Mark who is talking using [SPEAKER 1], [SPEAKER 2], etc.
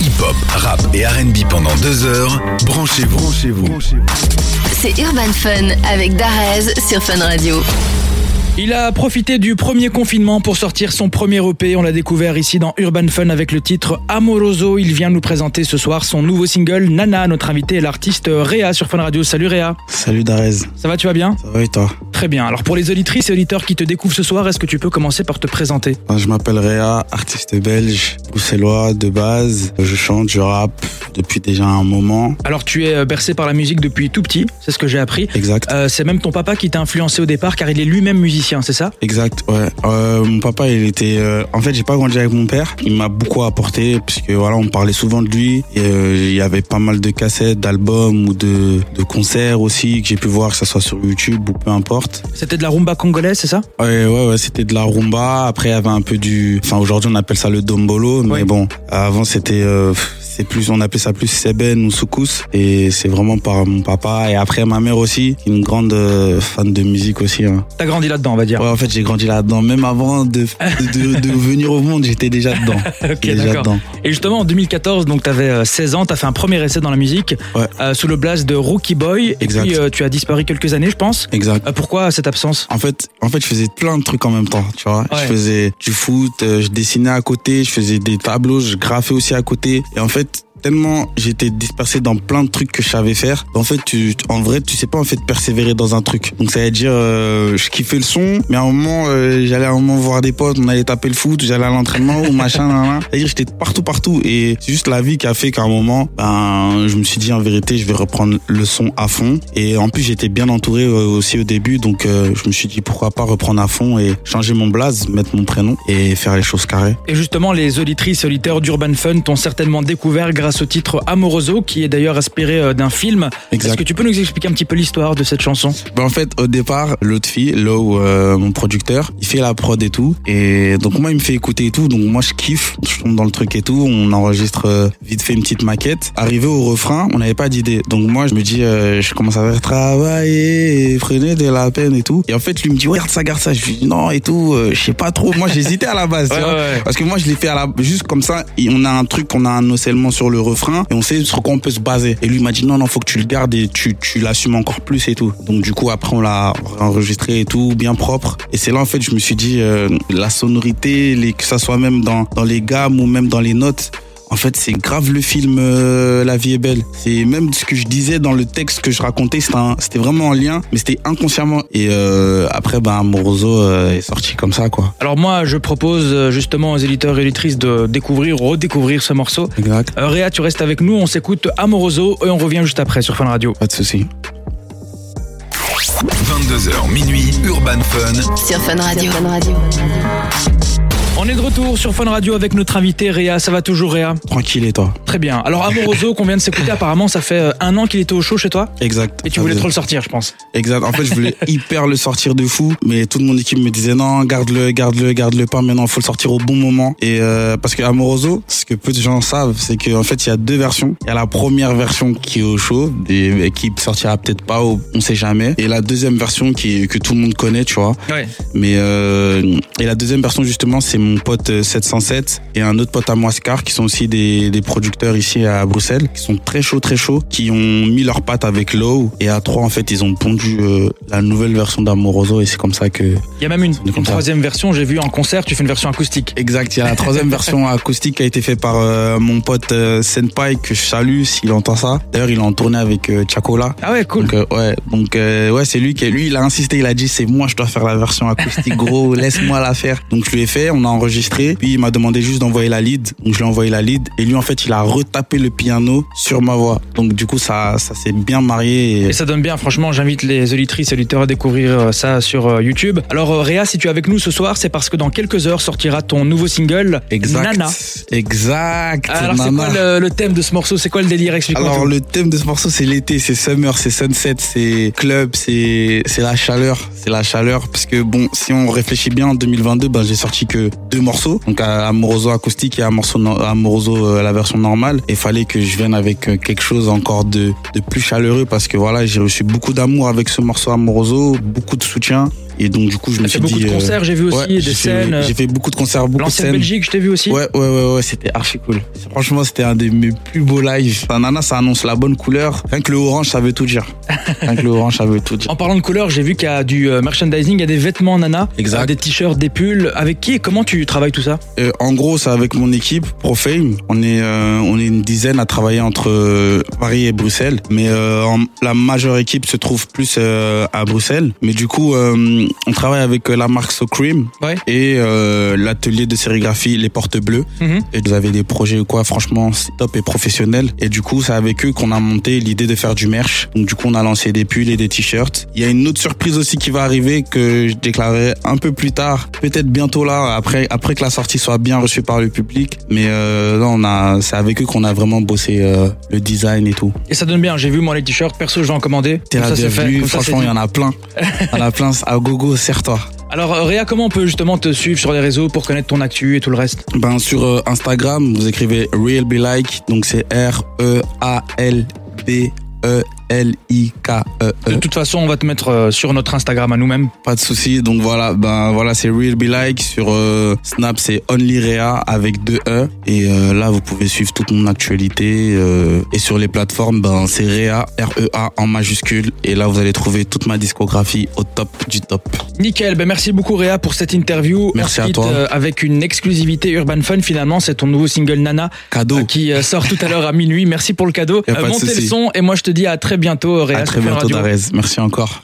[SPEAKER 1] Hip-hop, rap et RB pendant deux heures. Branchez-vous. Branchez-vous.
[SPEAKER 2] C'est Urban Fun avec Darez sur Fun Radio.
[SPEAKER 3] Il a profité du premier confinement pour sortir son premier EP. On l'a découvert ici dans Urban Fun avec le titre Amoroso. Il vient nous présenter ce soir son nouveau single Nana. Notre invité est l'artiste Réa sur Fun Radio. Salut Réa.
[SPEAKER 4] Salut Darez.
[SPEAKER 3] Ça va, tu vas bien
[SPEAKER 4] Ça va et toi
[SPEAKER 3] Très bien. Alors pour les auditrices et auditeurs qui te découvrent ce soir, est-ce que tu peux commencer par te présenter
[SPEAKER 4] Je m'appelle Réa, artiste belge, bruxellois de base. Je chante, je rappe depuis déjà un moment.
[SPEAKER 3] Alors tu es euh, bercé par la musique depuis tout petit, c'est ce que j'ai appris.
[SPEAKER 4] Exact.
[SPEAKER 3] Euh, c'est même ton papa qui t'a influencé au départ car il est lui-même musicien, c'est ça
[SPEAKER 4] Exact, ouais. Euh, mon papa, il était. euh, En fait, j'ai pas grandi avec mon père. Il m'a beaucoup apporté parce que voilà, on parlait souvent de lui. Et, euh, il y avait pas mal de cassettes, d'albums ou de, de concerts aussi que j'ai pu voir, que ça soit sur YouTube ou peu importe.
[SPEAKER 3] C'était de la rumba congolaise, c'est ça
[SPEAKER 4] Ouais, ouais, ouais, c'était de la rumba. Après, il y avait un peu du. Enfin, aujourd'hui, on appelle ça le dombolo, mais
[SPEAKER 3] Oui.
[SPEAKER 4] bon, avant, c'était. euh, pff, c'est plus, on appelait ça plus seben ou soukous. Et c'est vraiment par mon papa et après ma mère aussi, qui est une grande euh, fan de musique aussi. hein.
[SPEAKER 3] T'as grandi là-dedans, on va dire.
[SPEAKER 4] Ouais, en fait, j'ai grandi là-dedans. Même avant de, de, de venir au monde, j'étais déjà dedans.
[SPEAKER 3] Ok,
[SPEAKER 4] J'étais déjà
[SPEAKER 3] d'accord.
[SPEAKER 4] dedans.
[SPEAKER 3] Et justement, en 2014, donc t'avais euh, 16 ans, t'as fait un premier essai dans la musique
[SPEAKER 4] Ouais.
[SPEAKER 3] euh, sous le blast de Rookie Boy.
[SPEAKER 4] Exact.
[SPEAKER 3] Et puis euh, tu as disparu quelques années, je pense.
[SPEAKER 4] Exact.
[SPEAKER 3] Euh, pourquoi cette absence
[SPEAKER 4] En fait, en fait, je faisais plein de trucs en même temps, tu vois.
[SPEAKER 3] Ouais.
[SPEAKER 4] Je faisais du foot, euh, je dessinais à côté, je faisais des tableaux, je graffais aussi à côté. Et en fait, tellement j'étais dispersé dans plein de trucs que je savais faire. En fait, tu, tu- en vrai, tu sais pas en fait persévérer dans un truc. Donc ça veut dire, euh, je kiffais le son, mais à un moment, euh, j'allais à un moment voir des potes, on allait taper le foot, j'allais à l'entraînement ou machin, nan, nan. C'est-à-dire, j'étais partout, partout. Et c'est juste la vie qui a fait qu'à un moment, ben, je me suis dit en vérité, je vais reprendre le son à fond. Et en plus, j'étais bien entouré euh, aussi au début, donc euh, je me suis dit pourquoi pas reprendre à fond et changer mon blaze, mettre mon prénom et faire les choses carrées.
[SPEAKER 3] Et justement, les auditrices et auditeurs d'Urban Fun t'ont certainement découvert grâce au titre Amoroso, qui est d'ailleurs inspiré euh, d'un film. Est-ce que tu peux nous expliquer un petit peu l'histoire de cette chanson
[SPEAKER 4] Ben en fait, au départ, l'autre fille, Low, euh, mon producteur, il fait la prod et tout. Et donc moi, il me fait écouter et tout. Donc moi, je kiffe. Je tombe dans le truc et tout. On enregistre euh, vite fait une petite maquette. Arrivé au refrain, on n'avait pas d'idée. Donc moi, je me dis, euh, je commence à faire travailler, freiner de la peine et tout. Et en fait, lui me dit, ouais, garde ça, garde ça. Je lui dis, non et tout. euh, je sais pas trop. Moi, j'hésitais à la base. tu vois. Parce que moi, je l'ai fait à la, juste comme ça. Et on a un truc, on a un ocellement sur le refrain et on sait sur quoi on peut se baser. Et lui il m'a dit non, non, faut que tu le gardes et tu, tu l'assumes encore plus et tout. Donc du coup, après, on l'a enregistré et tout, bien propre. Et c'est là, en fait, je me suis dit, euh, la sonorité, les, que ça soit même dans, dans les gammes ou même dans les notes. En fait, c'est grave le film euh, La vie est belle. C'est même ce que je disais dans le texte que je racontais, c'était un- c'était vraiment en lien, mais c'était inconsciemment. Et euh, après, ben, Morozo euh, est sorti comme ça, quoi.
[SPEAKER 3] Alors moi, je propose euh, justement aux éditeurs et auditrices de découvrir, redécouvrir ce morceau.
[SPEAKER 4] Exact.
[SPEAKER 3] Euh, Réa, tu restes avec nous, on s'écoute Amoroso et on revient juste après sur Fun Radio.
[SPEAKER 4] Pas de souci.
[SPEAKER 1] 22h minuit, Urban Fun.
[SPEAKER 2] Sur Fun Radio.
[SPEAKER 3] On est de retour sur Fun Radio avec notre invité Réa, ça va toujours Réa
[SPEAKER 4] Tranquille et toi.
[SPEAKER 3] Très bien. Alors Amoroso qu'on vient de s'écouter, apparemment ça fait euh, un an qu'il était au show chez toi
[SPEAKER 4] Exact.
[SPEAKER 3] et tu voulais trop le sortir, je pense.
[SPEAKER 4] Exact. En fait, je voulais hyper le sortir de fou, mais toute mon équipe me disait non, garde-le, garde-le, garde-le pas. Maintenant, faut le sortir au bon moment. Et euh, parce que Amoroso, ce que peu de gens savent, c'est que en fait, il y a deux versions. Il y a la première version qui est au show, et, et qui sortira peut-être pas, au- on sait jamais. Et la deuxième version qui est- que tout le monde connaît, tu vois.
[SPEAKER 3] Ouais.
[SPEAKER 4] Mais euh, et la deuxième version justement, c'est mon pote euh, 707 et un autre pote à moi Scar qui sont aussi des, des producteurs ici à Bruxelles, qui sont très chauds, très chauds, qui ont mis leurs pattes avec Low et à trois en fait, ils ont pondu euh, la nouvelle version d'Amoroso et c'est comme ça que
[SPEAKER 3] Il y a même une, une
[SPEAKER 4] content.
[SPEAKER 3] troisième version, j'ai vu en concert, tu fais une version acoustique.
[SPEAKER 4] Exact, il y a la troisième version acoustique qui a été faite par euh, mon pote euh, Senpai que je salue s'il entend ça. D'ailleurs, il est en tournée avec euh, Chakola.
[SPEAKER 3] Ah ouais, cool.
[SPEAKER 4] Donc euh, ouais, donc euh, ouais, c'est lui qui lui il a insisté, il a dit c'est moi je dois faire la version acoustique gros, laisse-moi la faire. Donc je lui ai fait, on a enregistré, puis il m'a demandé juste d'envoyer la lead. Donc je lui ai envoyé la lead et lui en fait, il a retapé le piano sur ma voix. Donc du coup ça ça s'est bien marié et
[SPEAKER 3] Et ça donne bien, franchement, j'invite les auditrices et auditeurs à découvrir euh, ça sur euh, YouTube. Alors euh, Réa, si tu es avec nous ce soir, c'est parce que dans quelques heures sortira ton nouveau single,
[SPEAKER 4] exact.
[SPEAKER 3] Nana.
[SPEAKER 4] Exact.
[SPEAKER 3] Alors c'est
[SPEAKER 4] Nana.
[SPEAKER 3] quoi le, le thème de ce morceau C'est quoi le délire Explique-moi
[SPEAKER 4] Alors
[SPEAKER 3] tout.
[SPEAKER 4] le thème de ce morceau c'est l'été, c'est summer, c'est sunset, c'est club, c'est c'est la chaleur, c'est la chaleur parce que bon si on réfléchit bien en 2022 ben j'ai sorti que deux morceaux donc euh, Amoroso acoustique et Amoroso no- Amoroso euh, la version normale et fallait que je vienne avec euh, quelque chose encore de de plus chaleureux parce que voilà j'ai reçu beaucoup d'amour avec ce morceau Amoroso, beaucoup de soutien Et donc, du coup, je me
[SPEAKER 3] Ah, T'as fait
[SPEAKER 4] suis dit.
[SPEAKER 3] beaucoup de
[SPEAKER 4] euh,
[SPEAKER 3] concerts, j'ai vu aussi,
[SPEAKER 4] ouais,
[SPEAKER 3] des
[SPEAKER 4] j'ai fait-
[SPEAKER 3] scènes. euh,
[SPEAKER 4] J'ai fait beaucoup de concerts, beaucoup de
[SPEAKER 3] L'ancienne
[SPEAKER 4] scènes.
[SPEAKER 3] Belgique, je t'ai vu aussi.
[SPEAKER 4] Ouais, ouais, ouais, ouais, c'était archi cool. Franchement, c'était un des mes plus beaux lives. Enfin, Nana, ça annonce la bonne couleur. Rien que le orange, ça veut tout dire. Rien que le orange, ça veut tout dire.
[SPEAKER 3] En parlant de couleurs, j'ai vu qu'il y a du euh, merchandising, il y a des vêtements nana,
[SPEAKER 4] Exact.
[SPEAKER 3] euh, des t-shirts, des pulls. Avec qui et comment tu travailles tout ça
[SPEAKER 4] Euh, en gros, c'est avec mon équipe Profame. On est euh, on est une dizaine à travailler entre euh, Paris et Bruxelles, mais euh, en- la majeure équipe se trouve plus euh, à Bruxelles. Mais du coup, euh, on travaille avec euh, la marque So Cream
[SPEAKER 3] Ouais.
[SPEAKER 4] et euh, l'atelier de sérigraphie Les Portes Bleues.
[SPEAKER 3] Mhm.
[SPEAKER 4] Et vous avez des projets ou quoi Franchement, c'est top et professionnel. Et du coup, c'est avec eux qu'on a monté l'idée de faire du merch. Donc du coup, on a lancé des pulls et des t-shirts. Il y a une autre surprise aussi qui va arriver que je déclarerai un peu plus tard, peut-être bientôt là, après après que la sortie soit bien reçue par le public. Mais euh, là, on a, c'est avec eux qu'on a vraiment bossé euh, le design et tout.
[SPEAKER 3] Et ça donne bien, j'ai vu moi les t-shirts, perso je vais en commander.
[SPEAKER 4] T'es
[SPEAKER 3] Comme
[SPEAKER 4] la
[SPEAKER 3] ça c'est fait.
[SPEAKER 4] bienvenue.
[SPEAKER 3] Comme ça, c'est
[SPEAKER 4] Franchement, il y en a plein. Il y en a plein. À gogo, serre-toi.
[SPEAKER 3] dit. Alors euh, Réa, comment on peut justement te suivre sur les réseaux pour connaître ton actu et tout le reste
[SPEAKER 4] Ben sur euh, Instagram, vous écrivez Real Be Like, donc c'est R E A L B E L I K E
[SPEAKER 3] De
[SPEAKER 4] E.
[SPEAKER 3] toute façon, on va te mettre euh, sur notre Instagram à nous-mêmes.
[SPEAKER 4] Pas de souci. Donc voilà, ben voilà, c'est Real Be Like sur euh, Snap, c'est Only Rea avec deux E et euh, là vous pouvez suivre toute mon actualité euh, et sur les plateformes, ben c'est Rea R E A en majuscule et là vous allez trouver toute ma discographie au top du top.
[SPEAKER 3] Nickel, ben merci beaucoup Réa pour cette interview.
[SPEAKER 4] Merci à
[SPEAKER 3] Ensuite,
[SPEAKER 4] toi.
[SPEAKER 3] euh, avec une exclusivité Urban Fun finalement, c'est ton nouveau single Nana
[SPEAKER 4] Cadeau.
[SPEAKER 3] euh, qui euh, sort tout à l'heure à minuit. Merci pour le cadeau.
[SPEAKER 4] Oh.
[SPEAKER 3] Euh,
[SPEAKER 4] Y a pas de
[SPEAKER 3] montez le
[SPEAKER 4] souci.
[SPEAKER 3] son et moi je te dis à très bientôt Réa.
[SPEAKER 4] À
[SPEAKER 3] sur
[SPEAKER 4] très
[SPEAKER 3] Fun
[SPEAKER 4] bientôt
[SPEAKER 3] Radio.
[SPEAKER 4] Darez. Merci encore.